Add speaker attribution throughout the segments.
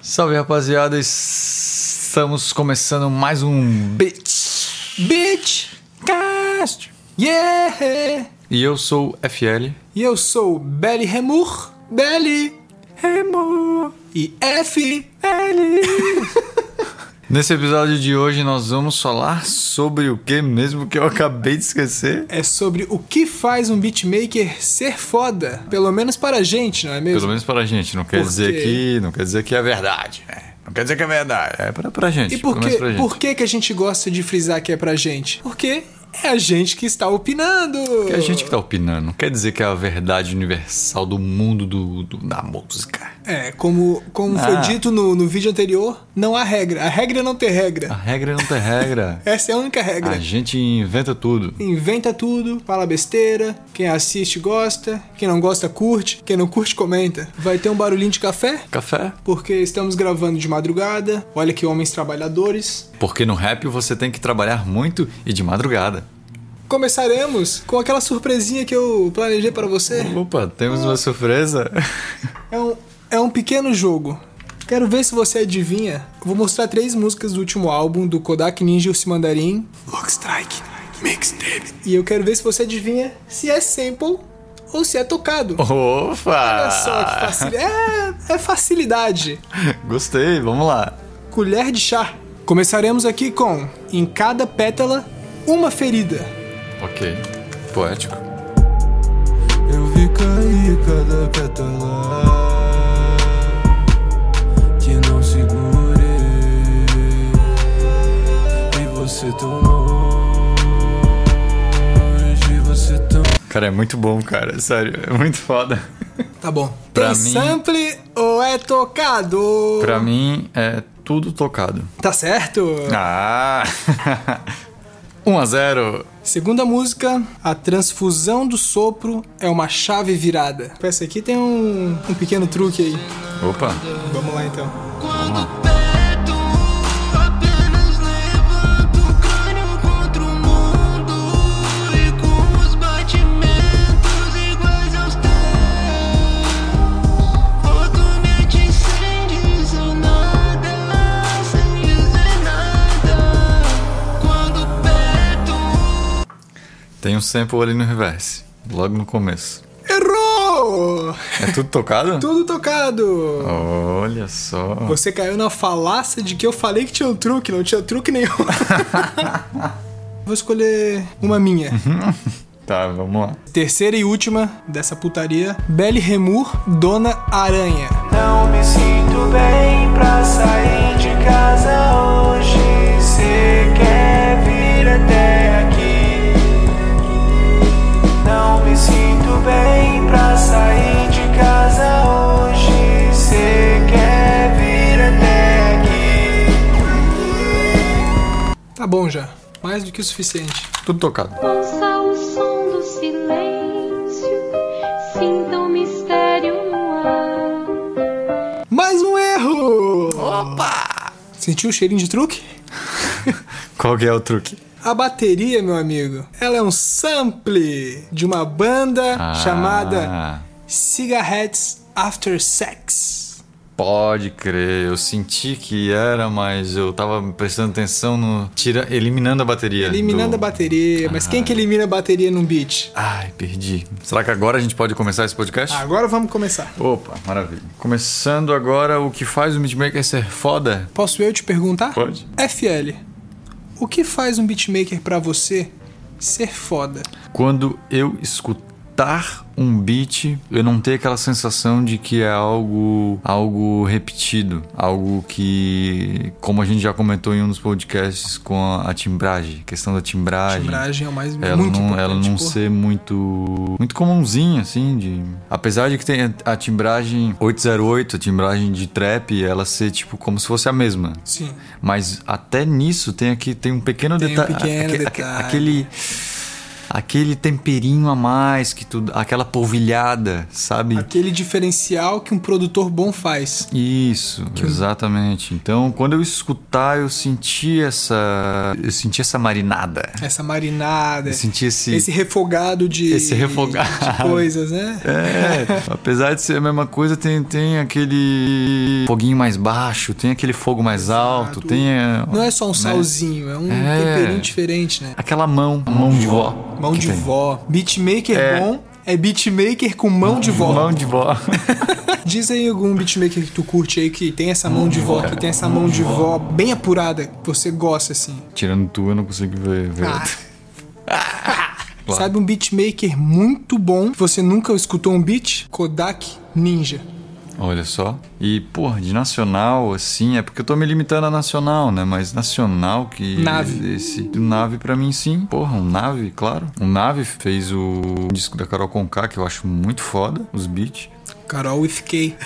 Speaker 1: Salve rapaziada, estamos começando mais um Bitch Bitch Cast. Yeah! E eu sou o FL.
Speaker 2: E eu sou o Belly Remur. Belly Remur. E FL.
Speaker 1: Nesse episódio de hoje nós vamos falar sobre o que mesmo que eu acabei de esquecer.
Speaker 2: É sobre o que faz um beatmaker ser foda. Pelo menos para a gente, não é mesmo?
Speaker 1: Pelo menos pra gente, não quer
Speaker 2: Por
Speaker 1: dizer
Speaker 2: quê?
Speaker 1: que, não quer dizer que é verdade, né? Não quer dizer que é verdade, é pra, pra gente.
Speaker 2: E por,
Speaker 1: pelo menos
Speaker 2: que,
Speaker 1: pra gente.
Speaker 2: por que, que a gente gosta de frisar que é pra gente? Porque é a gente que está opinando.
Speaker 1: É a gente que tá opinando, não quer dizer que é a verdade universal do mundo do, do- da música.
Speaker 2: É, como, como
Speaker 1: Ah.
Speaker 2: foi dito no, no vídeo anterior, não há regra. A regra é não ter
Speaker 1: A
Speaker 2: regra.
Speaker 1: regra não tem regra.
Speaker 2: Essa é a única regra.
Speaker 1: Ah. A gente inventa tudo.
Speaker 2: Inventa tudo, fala besteira, quem assiste gosta, quem não gosta curte, quem não curte comenta. Vai ter um barulhinho de café?
Speaker 1: Café?
Speaker 2: Porque estamos gravando de madrugada. Olha que homens trabalhadores.
Speaker 1: Porque no rap você tem que trabalhar muito e de madrugada.
Speaker 2: Começaremos com aquela surpresinha que eu planejei para você.
Speaker 1: Opa, temos uma surpresa.
Speaker 2: É um, é um pequeno jogo. Quero ver se você adivinha. Vou mostrar três músicas do último álbum do Kodak Ninja e o Mandarim. Lock Strike, Mixtape. E eu quero ver se você adivinha se é sample ou se é tocado.
Speaker 1: Opa!
Speaker 2: Olha só que facilidade. É, é facilidade.
Speaker 1: Gostei, vamos lá.
Speaker 2: Colher de chá. Começaremos aqui com: em cada pétala, uma ferida.
Speaker 1: Ok, poético.
Speaker 3: Eu vi cair cada pétala que não segurei e você tão longe, você tão
Speaker 1: Cara, é muito bom, cara, sério, é muito foda.
Speaker 2: Tá bom.
Speaker 1: Pra
Speaker 2: Tem
Speaker 1: mim-
Speaker 2: sample ou é tocado?
Speaker 1: Pra mim, é tudo tocado.
Speaker 2: Tá certo?
Speaker 1: Ah! 1 a 0
Speaker 2: Segunda música, a transfusão do sopro é uma chave virada. Essa aqui tem um, um pequeno truque aí.
Speaker 1: Opa,
Speaker 2: Vamos lá então.
Speaker 1: vamos lá.
Speaker 4: Perto, apenas levanto o crânio contra o mundo e com os batimentos iguais aos teus. Fortumente sem dizer nada, sem dizer nada. Quando perto.
Speaker 1: Tem um sample ali no reverse, logo no começo.
Speaker 2: Errou!
Speaker 1: É tudo tocado?
Speaker 2: Tudo tocado!
Speaker 1: Olha só.
Speaker 2: Você caiu na falácia de que eu falei que tinha um truque, não tinha truque nenhum. Vou escolher uma minha.
Speaker 1: Tá, vamos lá.
Speaker 2: Terceira e última dessa putaria. Belle Remur, Dona Aranha.
Speaker 3: Não me sinto bem pra sair de casa hoje. Você quer vir até aqui? Não me sinto bem pra sair de casa hoje. Você quer vir até aqui?
Speaker 2: Tá bom já. Mais do que o suficiente.
Speaker 1: Tudo tocado.
Speaker 5: Ouça o som do silêncio, sinta o mistério no ar.
Speaker 2: Mais um erro! Opa! Sentiu o cheirinho de truque?
Speaker 1: Qual que é o truque?
Speaker 2: A bateria, meu amigo, ela é um sample de uma banda chamada
Speaker 1: Ah,
Speaker 2: Cigarettes After Sex.
Speaker 1: Pode crer, eu senti que era, mas eu tava prestando atenção no. Tira, eliminando a bateria.
Speaker 2: Eliminando
Speaker 1: do-
Speaker 2: a bateria, mas quem que elimina a bateria num beat?
Speaker 1: Ai, perdi. Será que agora a gente pode começar esse podcast?
Speaker 2: Agora vamos começar.
Speaker 1: Opa, maravilha. Começando agora o que faz o beatmaker ser foda.
Speaker 2: Posso eu te perguntar?
Speaker 1: Pode.
Speaker 2: FL, o que faz um beatmaker pra você ser foda?
Speaker 1: Quando eu escutar um beat, eu não ter aquela sensação de que é algo, algo repetido, algo que, como a gente já comentou em um dos podcasts com a, a timbragem, questão da
Speaker 2: A
Speaker 1: timbragem.
Speaker 2: timbragem é o mais
Speaker 1: Ela
Speaker 2: muito
Speaker 1: não,
Speaker 2: importante.
Speaker 1: ela não
Speaker 2: pô.
Speaker 1: ser muito muito comumzinha, assim, de... Apesar de que tem a timbragem 808, a timbragem de trap, ela ser, tipo, como se fosse a mesma.
Speaker 2: Sim.
Speaker 1: Mas até nisso tem aqui, tem um pequeno
Speaker 2: Tem um
Speaker 1: detalhe.
Speaker 2: pequeno
Speaker 1: aque- aque-
Speaker 2: detalhe.
Speaker 1: Aquele... aquele temperinho a mais que tu, aquela polvilhada, sabe?
Speaker 2: Aquele diferencial que um produtor bom faz.
Speaker 1: Isso, exatamente. Então, quando eu escutar, eu senti essa, eu senti essa marinada.
Speaker 2: Essa marinada.
Speaker 1: Eu senti esse
Speaker 2: esse refogado de,
Speaker 1: Esse refogado.
Speaker 2: de coisas, né?
Speaker 1: É, apesar de ser a mesma coisa, tem, tem aquele foguinho mais baixo, tem aquele fogo mais alto, tem a-
Speaker 2: Não é só um
Speaker 1: né?
Speaker 2: salzinho, é um
Speaker 1: É.
Speaker 2: temperinho diferente, né?
Speaker 1: aquela mão, a mão de vó.
Speaker 2: Mão
Speaker 1: que
Speaker 2: de
Speaker 1: tem.
Speaker 2: vó. Beatmaker
Speaker 1: É.
Speaker 2: bom é beatmaker com mão de vó.
Speaker 1: Mão de vó.
Speaker 2: Diz aí algum beatmaker que tu curte aí que tem essa mão de vó, que tem essa mão de vó bem apurada, que você gosta assim.
Speaker 1: Tirando tu, eu não consigo ver. ver
Speaker 2: Ah.
Speaker 1: outro. Claro.
Speaker 2: Sabe um beatmaker muito bom que você nunca escutou um beat? Kodak Ninja.
Speaker 1: Olha só. E, porra, de nacional, assim, é porque eu tô me limitando a nacional, né? Mas nacional que.
Speaker 2: Nave.
Speaker 1: Esse. do Nave pra mim, sim. Porra, um Nave, claro. O Nave fez o disco da Carol Conká, que eu acho muito foda, os beats.
Speaker 2: Carol with K.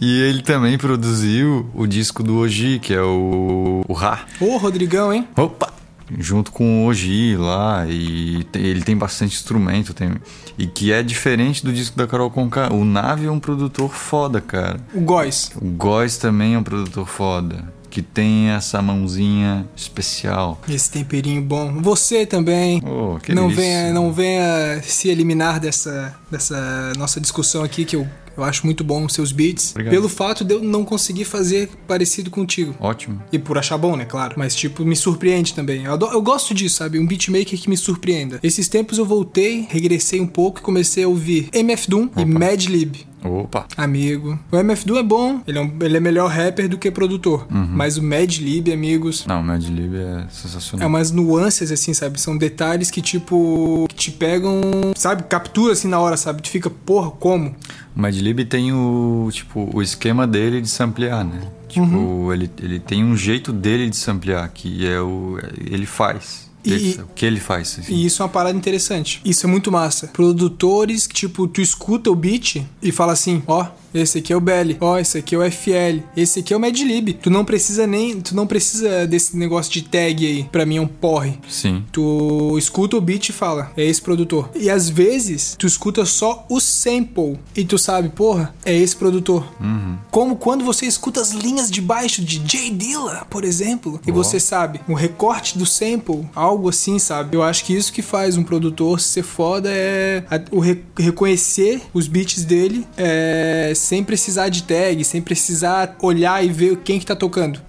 Speaker 1: E ele também produziu o disco do Oji, que é o. O Ra.
Speaker 2: Ô, Rodrigão, hein?
Speaker 1: Opa! Junto com o Oji lá, e te- ele tem bastante instrumento, tem, e que é diferente do disco da Carol Conká. O Nave é um produtor foda, cara.
Speaker 2: O Góis.
Speaker 1: O Góis também é um produtor foda, que tem essa mãozinha especial.
Speaker 2: Esse temperinho bom. Você também.
Speaker 1: Oh, que
Speaker 2: não
Speaker 1: isso.
Speaker 2: venha, não venha se eliminar dessa, dessa nossa discussão aqui, que eu, eu acho muito bom os seus beats.
Speaker 1: Obrigado.
Speaker 2: Pelo fato de eu não conseguir fazer parecido contigo.
Speaker 1: Ótimo.
Speaker 2: E por achar bom, né? Claro. Mas, tipo, me surpreende também. Eu, adoro- eu gosto disso, sabe? Um beatmaker que me surpreenda. Esses tempos eu voltei, regressei um pouco e comecei a ouvir MF Doom e Madlib.
Speaker 1: Opa!
Speaker 2: Amigo. O MF Doom é bom, ele é, um- ele é melhor rapper do que produtor.
Speaker 1: Uhum.
Speaker 2: Mas o Madlib, amigos,
Speaker 1: Não, o Mad Lib é sensacional.
Speaker 2: é umas nuances, assim, sabe? São detalhes que, tipo, que te pegam, sabe? Captura, assim, na hora, sabe? Tu fica, porra, como?
Speaker 1: O Madlib tem o, tipo, o esquema dele de samplear, né? Tipo,
Speaker 2: Uhum.
Speaker 1: ele, ele tem um jeito dele de samplear, que é o... Ele faz.
Speaker 2: E-
Speaker 1: Ele- o que ele faz, assim.
Speaker 2: E isso é uma parada interessante. Isso é muito massa. Produtores que, tipo, tu escuta o beat e fala assim, ó... esse aqui é o Belly, ó, esse aqui é o FL, esse aqui é o Madlib. Tu não precisa nem, tu não precisa desse negócio de tag aí. Pra mim é um porre.
Speaker 1: Sim.
Speaker 2: Tu escuta o beat e fala, é esse produtor. E às vezes, tu escuta só o sample e tu sabe, porra, é esse produtor. Como quando você escuta as linhas de baixo de Jay Dilla, por exemplo, e você sabe, o recorte do sample, algo assim, sabe? Eu acho que isso que faz um produtor ser foda é a- o re- reconhecer os beats dele é, sem precisar de tag, sem precisar olhar e ver quem que tá tocando.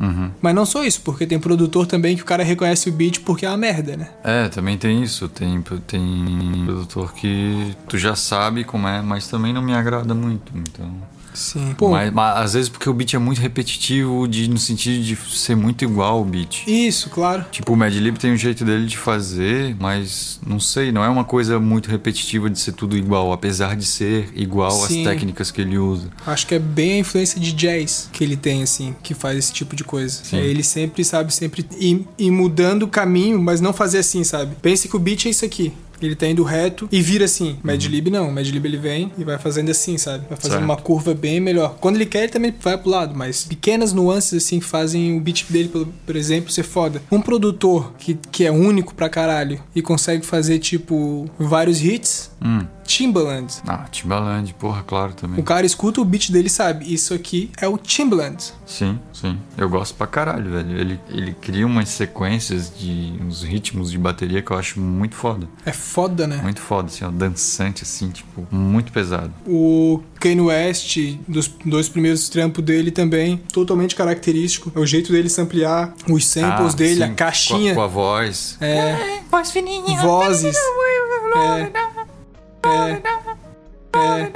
Speaker 2: Mas não só isso, porque tem produtor também que o cara reconhece o beat porque é uma merda, né?
Speaker 1: É, também tem isso. Tem, tem produtor que tu já sabe como é, mas também não me agrada muito, então...
Speaker 2: Sim. Pô,
Speaker 1: Mas, mas às vezes porque o beat é muito repetitivo, de, no sentido de ser muito igual o beat.
Speaker 2: isso, claro.
Speaker 1: Tipo, o Madlib tem um jeito dele de fazer, mas não sei, não é uma coisa muito repetitiva de ser tudo igual, apesar de ser igual
Speaker 2: Sim.
Speaker 1: às técnicas que ele usa.
Speaker 2: Acho que é bem a influência de jazz que ele tem, assim, que faz esse tipo de coisa.
Speaker 1: Sim.
Speaker 2: É, ele sempre, sabe, sempre ir, ir mudando o caminho, mas não fazer assim, sabe? Pense que o beat é isso aqui. Ele tá indo reto e vira assim. Madlib não. Madlib ele vem e vai fazendo assim, sabe? Vai fazendo
Speaker 1: Uhum. Certo.
Speaker 2: uma curva bem melhor. Quando ele quer, ele também vai pro lado, mas pequenas nuances assim que fazem o beat dele, por, por exemplo, ser foda. Um produtor que, que é único pra caralho e consegue fazer, tipo, vários hits.
Speaker 1: Hum.
Speaker 2: Timbaland.
Speaker 1: Ah, Timbaland, porra, claro
Speaker 2: O
Speaker 1: também.
Speaker 2: cara escuta o beat dele e sabe, isso aqui é o Timbaland.
Speaker 1: Sim, sim. Eu gosto pra caralho, velho. Ele, ele cria umas sequências de uns ritmos de bateria que eu acho muito foda.
Speaker 2: É foda, né?
Speaker 1: Muito foda, assim, ó, dançante, assim, tipo, muito pesado.
Speaker 2: O Kanye West, dos dois primeiros trampos dele também, totalmente característico. É o jeito dele ampliar os samples
Speaker 1: Ah,
Speaker 2: dele,
Speaker 1: sim,
Speaker 2: a
Speaker 1: com
Speaker 2: caixinha,
Speaker 1: Com a, voz.
Speaker 2: é, vozes. É, é, é.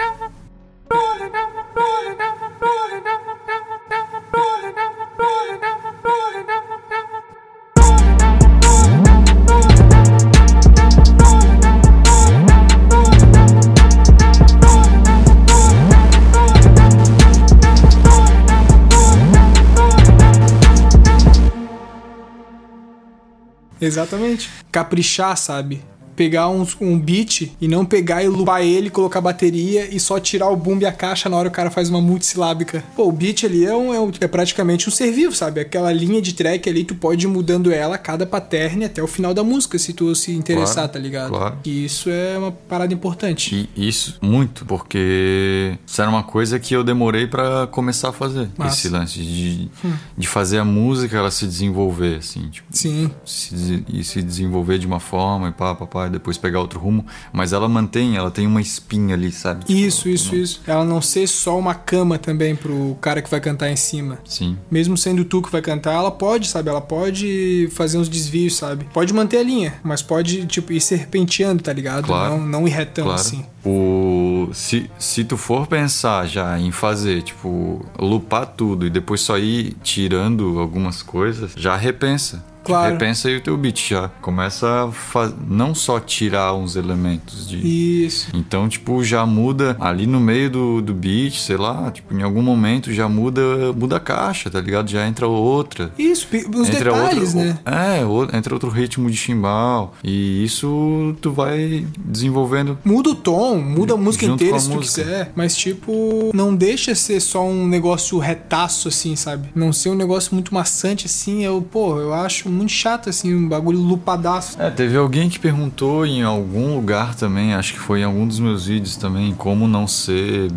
Speaker 2: Exatamente. Caprichar, sabe? pegar uns- um, beat e não pegar e loopar ele, colocar bateria e só tirar o boom e a caixa na hora que o cara faz uma multissilábica. Pô, o beat ali é, um- é um- é praticamente um ser vivo, sabe? Aquela linha de track ali, tu pode ir mudando ela a cada pattern até o final da música, se tu se interessar,
Speaker 1: Claro,
Speaker 2: tá ligado?
Speaker 1: claro.
Speaker 2: E isso é uma parada importante.
Speaker 1: E isso, muito, porque isso era uma coisa que eu demorei pra começar a fazer.
Speaker 2: Massa. Hum.
Speaker 1: Esse lance de, de fazer a música ela se desenvolver, assim, tipo,
Speaker 2: Sim,
Speaker 1: se, des- e se desenvolver de uma forma e pá, pá, pá, e depois pegar outro rumo. Mas ela mantém, ela tem uma espinha ali, sabe? Tipo,
Speaker 2: isso, isso,
Speaker 1: não-
Speaker 2: isso. Ela não ser só uma cama também pro cara que vai cantar em cima.
Speaker 1: Sim.
Speaker 2: Mesmo sendo tu que vai cantar, ela pode, sabe? Ela pode fazer uns desvios, sabe? Pode manter a linha, mas pode, tipo, ir serpenteando, tá ligado?
Speaker 1: Claro.
Speaker 2: Não, não ir retão
Speaker 1: Claro.
Speaker 2: assim.
Speaker 1: O, se, se tu for pensar já em fazer, tipo, lupar tudo e depois só ir tirando algumas coisas, já repensa.
Speaker 2: Claro.
Speaker 1: Repensa aí o teu beat já. Começa a fa- não só tirar uns elementos de.
Speaker 2: Isso.
Speaker 1: Então, tipo, já muda ali no meio do, do beat, sei lá, tipo, em algum momento já muda, muda a caixa, tá ligado? Já entra outra.
Speaker 2: Isso, pi- os
Speaker 1: Entra
Speaker 2: detalhes,
Speaker 1: outro,
Speaker 2: né?
Speaker 1: É, o- entra outro ritmo de chimbal. E isso tu vai desenvolvendo
Speaker 2: Muda o tom, muda a música
Speaker 1: Junto com
Speaker 2: inteira
Speaker 1: a
Speaker 2: se tu
Speaker 1: música.
Speaker 2: quiser, mas tipo, não deixa ser só um negócio retaço assim, sabe? Não ser um negócio muito maçante assim, eu, pô, eu acho muito chato assim, um bagulho lupadaço.
Speaker 1: É, teve alguém que perguntou em algum lugar também, acho que foi em algum dos meus vídeos também, como não ser,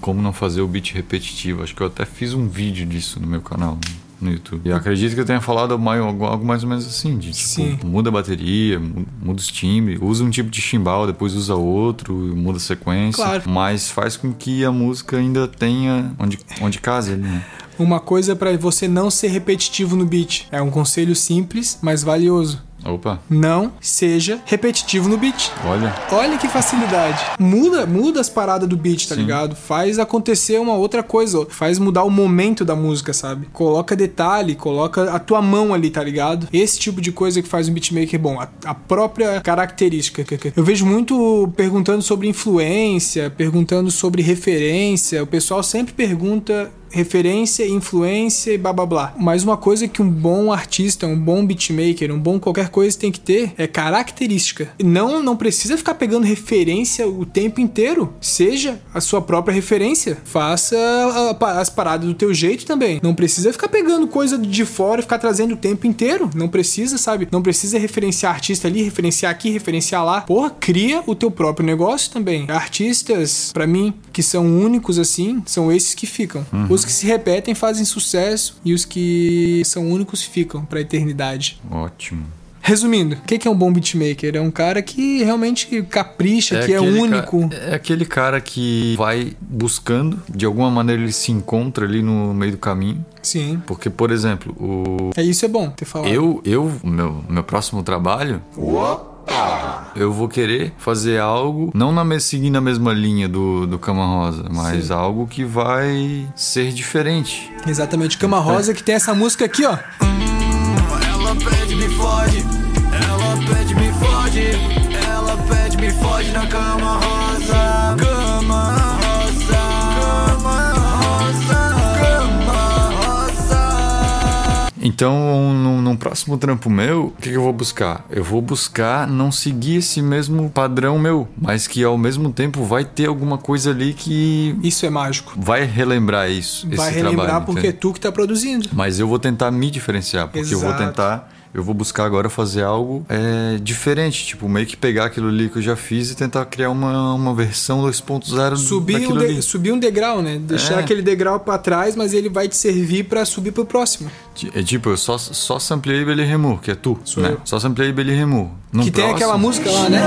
Speaker 1: como não fazer o beat repetitivo. Acho que eu até fiz um vídeo disso no meu canal. No YouTube. E acredito que eu tenha falado mai- algo algo mais ou menos assim: de tipo,
Speaker 2: Sim.
Speaker 1: muda a bateria, mu- muda os timbres, usa um tipo de chimbal, depois usa outro, muda a sequência.
Speaker 2: Claro.
Speaker 1: Mas faz com que a música ainda tenha onde, onde casa ali, né?
Speaker 2: Uma coisa pra você não ser repetitivo no beat. É um conselho simples, mas valioso.
Speaker 1: Opa,
Speaker 2: Não seja repetitivo no beat.
Speaker 1: olha.
Speaker 2: Olha que facilidade. Muda, muda as paradas do beat, tá ligado? Faz acontecer uma outra coisa, ó. faz mudar o momento da música, sabe? Coloca detalhe, coloca a tua mão ali, tá ligado? Esse tipo de coisa que faz um beatmaker bom, a, a própria característica. Eu vejo muito perguntando sobre influência, perguntando sobre referência. O pessoal sempre pergunta referência, influência e blá blá blá. Mas uma coisa que um bom artista, um bom beatmaker, um bom qualquer coisa tem que ter é característica. E Não, não precisa ficar pegando referência o tempo inteiro. Seja a sua própria referência. Faça a- pa- as paradas do teu jeito também. Não precisa ficar pegando coisa de fora e ficar trazendo o tempo inteiro. Não precisa, sabe? Não precisa referenciar artista ali, referenciar aqui, referenciar lá. Porra, cria o teu próprio negócio também. Artistas, pra mim, que são únicos assim, são esses que ficam.
Speaker 1: Uhum.
Speaker 2: Os que se repetem fazem sucesso e os que são únicos ficam pra eternidade.
Speaker 1: Ótimo.
Speaker 2: Resumindo, o que que é um bom beatmaker? É um cara que realmente capricha, que é
Speaker 1: aquele ca-
Speaker 2: único.
Speaker 1: é aquele cara que vai buscando, de alguma maneira ele se encontra ali no meio do caminho.
Speaker 2: Sim.
Speaker 1: Porque, por exemplo, o
Speaker 2: É isso é bom ter falado.
Speaker 1: eu, eu meu, meu próximo trabalho. Eu vou querer fazer algo, não na, me- seguindo a mesma linha do, do Cama Rosa, mas algo que vai ser diferente.
Speaker 2: Exatamente. Cama Rosa que tem essa música aqui, ó.
Speaker 6: Ela pede, me fode. Ela pede, me fode. Ela pede, me fode na cama rosa. Cama rosa. Cama rosa. Cama rosa.
Speaker 1: Então, num, num próximo trampo meu, o que, que eu vou buscar? Eu vou buscar não seguir esse mesmo padrão meu, mas que ao mesmo tempo vai ter alguma coisa ali que
Speaker 2: Isso é mágico.
Speaker 1: vai relembrar isso.
Speaker 2: Vai
Speaker 1: esse
Speaker 2: relembrar
Speaker 1: trabalho,
Speaker 2: porque
Speaker 1: entende?
Speaker 2: é tu que tá produzindo.
Speaker 1: Mas eu vou tentar me diferenciar, porque eu vou
Speaker 2: Exato.
Speaker 1: tentar. Eu vou buscar agora fazer algo é, diferente, tipo, meio que pegar aquilo ali que eu já fiz e tentar criar uma, uma versão 2.0
Speaker 2: Subir um,
Speaker 1: daquilo
Speaker 2: de-
Speaker 1: ali.
Speaker 2: subir um degrau, né? Deixar
Speaker 1: É.
Speaker 2: aquele degrau pra trás, mas ele vai te servir pra subir pro próximo.
Speaker 1: É tipo, eu só, só samplei Belly Remur, que é tu,
Speaker 2: Sou
Speaker 1: né?
Speaker 2: eu.
Speaker 1: Só samplei Belly Remur. Num
Speaker 2: que tem
Speaker 1: próximo-
Speaker 2: aquela música lá, né?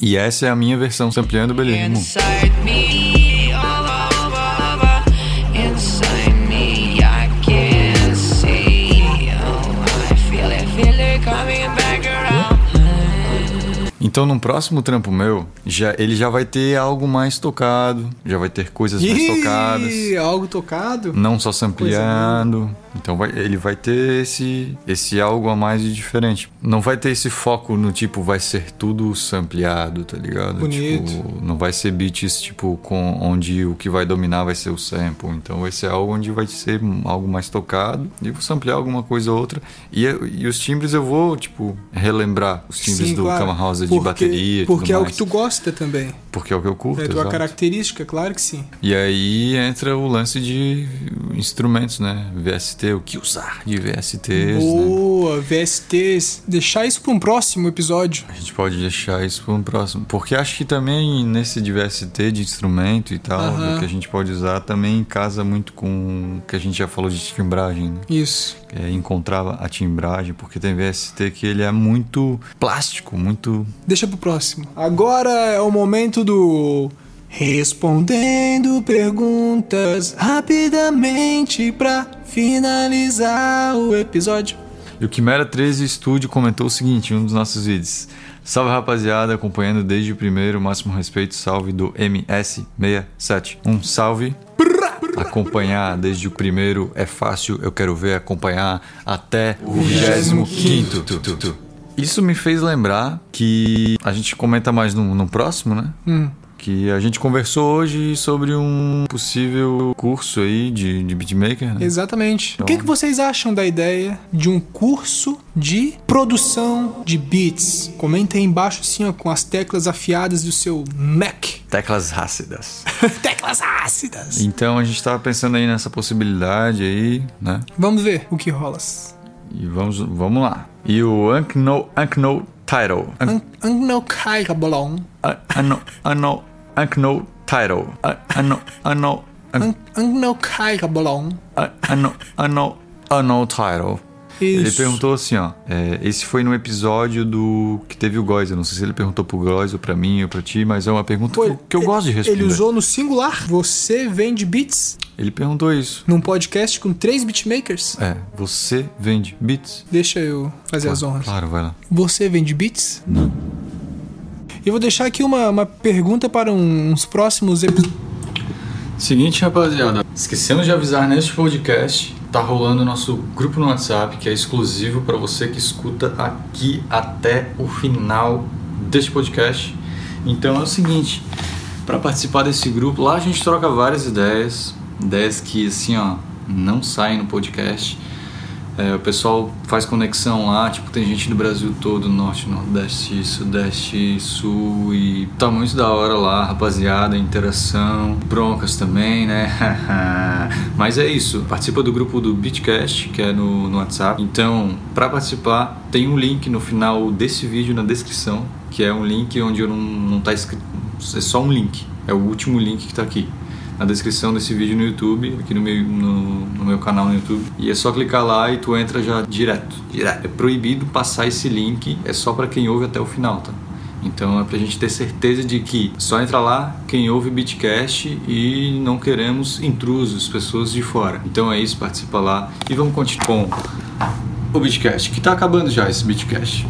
Speaker 1: E essa é a minha versão sampleando Belly Remur.
Speaker 7: Inside me, oh, all over, over. oh. Inside me, I can see. Oh, I feel it, feel it coming back around.
Speaker 1: Então, num próximo trampo meu, já, ele já vai ter algo mais tocado, já vai ter coisas mais tocadas.
Speaker 2: algo tocado?
Speaker 1: Não só sampleando, Então vai- ele vai ter esse, esse algo a mais de diferente. Não vai ter esse foco no tipo, vai ser tudo sampleado, tá ligado?
Speaker 2: Bonito.
Speaker 1: Tipo, não vai ser beats, tipo, com, onde o que vai dominar vai ser o sample. Então vai ser algo onde vai ser um- algo mais tocado. E vou samplear alguma coisa ou outra. E, eu- e os timbres eu vou, tipo, relembrar os timbres
Speaker 2: Sim,
Speaker 1: do
Speaker 2: claro.
Speaker 1: Kama House de
Speaker 2: Porque-
Speaker 1: bateria e
Speaker 2: Porque
Speaker 1: tudo
Speaker 2: é o
Speaker 1: mais.
Speaker 2: que tu gosta também.
Speaker 1: Porque é o que eu curto,
Speaker 2: É a tua
Speaker 1: exato.
Speaker 2: característica, claro que sim.
Speaker 1: E aí entra o lance de instrumentos, né? VST, o que usar de VSTs, né?
Speaker 2: Boa, VSTs. Deixar isso pra um próximo episódio.
Speaker 1: A gente pode deixar isso para um próximo. Porque acho que também nesse de VST de instrumento e tal,
Speaker 2: Aham.
Speaker 1: do que a gente pode usar, também casa muito com o que a gente já falou de timbragem, né?
Speaker 2: Isso.
Speaker 1: É, encontrar a timbragem, porque tem VST que ele é muito plástico, muito
Speaker 2: Deixa pro próximo. Agora é o momento do. Respondendo perguntas rapidamente pra finalizar o episódio.
Speaker 1: E o Quimera 13 Estúdio comentou o seguinte em um dos nossos vídeos. Salve rapaziada, acompanhando desde o primeiro, máximo respeito, salve do MS67. Um salve. Acompanhar desde o primeiro é fácil, eu quero ver acompanhar até o 25. Isso me fez lembrar que a gente comenta mais no, no próximo, né? Que a gente conversou hoje sobre um possível curso aí de, de beatmaker, né?
Speaker 2: Exatamente. O que, que vocês acham da ideia de um curso de produção de beats? Comenta aí embaixo, assim, ó, com as teclas afiadas do seu Mac.
Speaker 1: Teclas ácidas.
Speaker 2: teclas ácidas.
Speaker 1: Então a gente tava pensando aí nessa possibilidade aí, né?
Speaker 2: Vamos ver o que rola.
Speaker 1: E vamos, vamos lá. E o Ankno, Ankno Title. An-
Speaker 2: Não cai, cabolão.
Speaker 1: an- Ano, ano, Ankno Title. An- Ano, ano, an-
Speaker 2: Não cai, cabolão.
Speaker 1: an- ano, ano, ano Title. Ele perguntou assim, ó. é, esse foi no episódio do que teve o Góis. Eu não sei se ele perguntou pro Góis ou pra mim ou pra ti, mas é uma pergunta que eu, que eu gosto de responder.
Speaker 2: Ele usou no singular. Você vende beats
Speaker 1: Ele perguntou isso.
Speaker 2: num podcast com três beatmakers?
Speaker 1: É, você vende beats?
Speaker 2: Deixa eu fazer as honras.
Speaker 1: Claro, vai lá.
Speaker 2: Você vende beats? Não. Eu vou deixar aqui uma, uma pergunta para um- uns próximos episódios.
Speaker 1: Seguinte, rapaziada, esquecemos de avisar neste podcast, tá rolando o nosso grupo no WhatsApp, que é exclusivo para você que escuta aqui até o final deste podcast. Então é o seguinte, para participar desse grupo, lá a gente troca várias ideias, ideias que assim, ó, não saem no podcast. É, o pessoal faz conexão lá, tipo, tem gente do Brasil todo, norte, nordeste, sudeste, sul, e tá muito da hora lá, rapaziada, interação, broncas também, né? Mas é isso, participa do grupo do Beatcast, que é no, no WhatsApp. Então, pra participar, tem um link no final desse vídeo, na descrição, que é um link onde eu não, não tá escrito, é só um link, é o último link que tá aqui na descrição desse vídeo no YouTube, aqui no meu, no, no meu canal no YouTube. E é só clicar lá e tu entra já direto. direto. É proibido passar esse link, é só pra quem ouve até o final, tá? Então é pra gente ter certeza de que só entra lá quem ouve Bitcast e não queremos intrusos, pessoas de fora. Então é isso, participa lá e vamos continuar com o Bitcast, que tá acabando já esse Bitcast.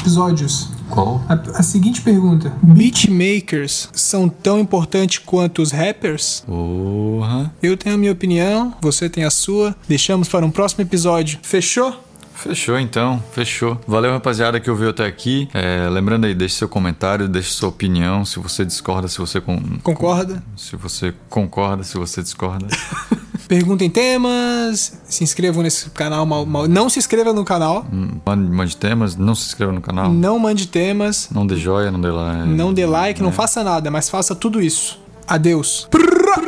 Speaker 2: episódios.
Speaker 1: Qual?
Speaker 2: A, a seguinte pergunta: Beatmakers são tão importantes quanto os rappers?
Speaker 1: Porra.
Speaker 2: Eu tenho a minha opinião, você tem a sua. Deixamos para um próximo episódio. Fechou?
Speaker 1: Fechou então, fechou. Valeu, rapaziada, que ouviu até aqui. É, lembrando aí, deixe seu comentário, deixe sua opinião, se você discorda, se você, con-
Speaker 2: Concorda?
Speaker 1: se você concorda, se você discorda.
Speaker 2: Perguntem temas, se inscrevam nesse canal. Mal, mal- Não se inscreva no canal,
Speaker 1: Hum, Mande mande temas, não se inscreva no canal. Não,
Speaker 2: não mande temas,
Speaker 1: dê joia, não dê like.
Speaker 2: não dê like, não faça nada, mas faça tudo isso. Adeus. Prrrá!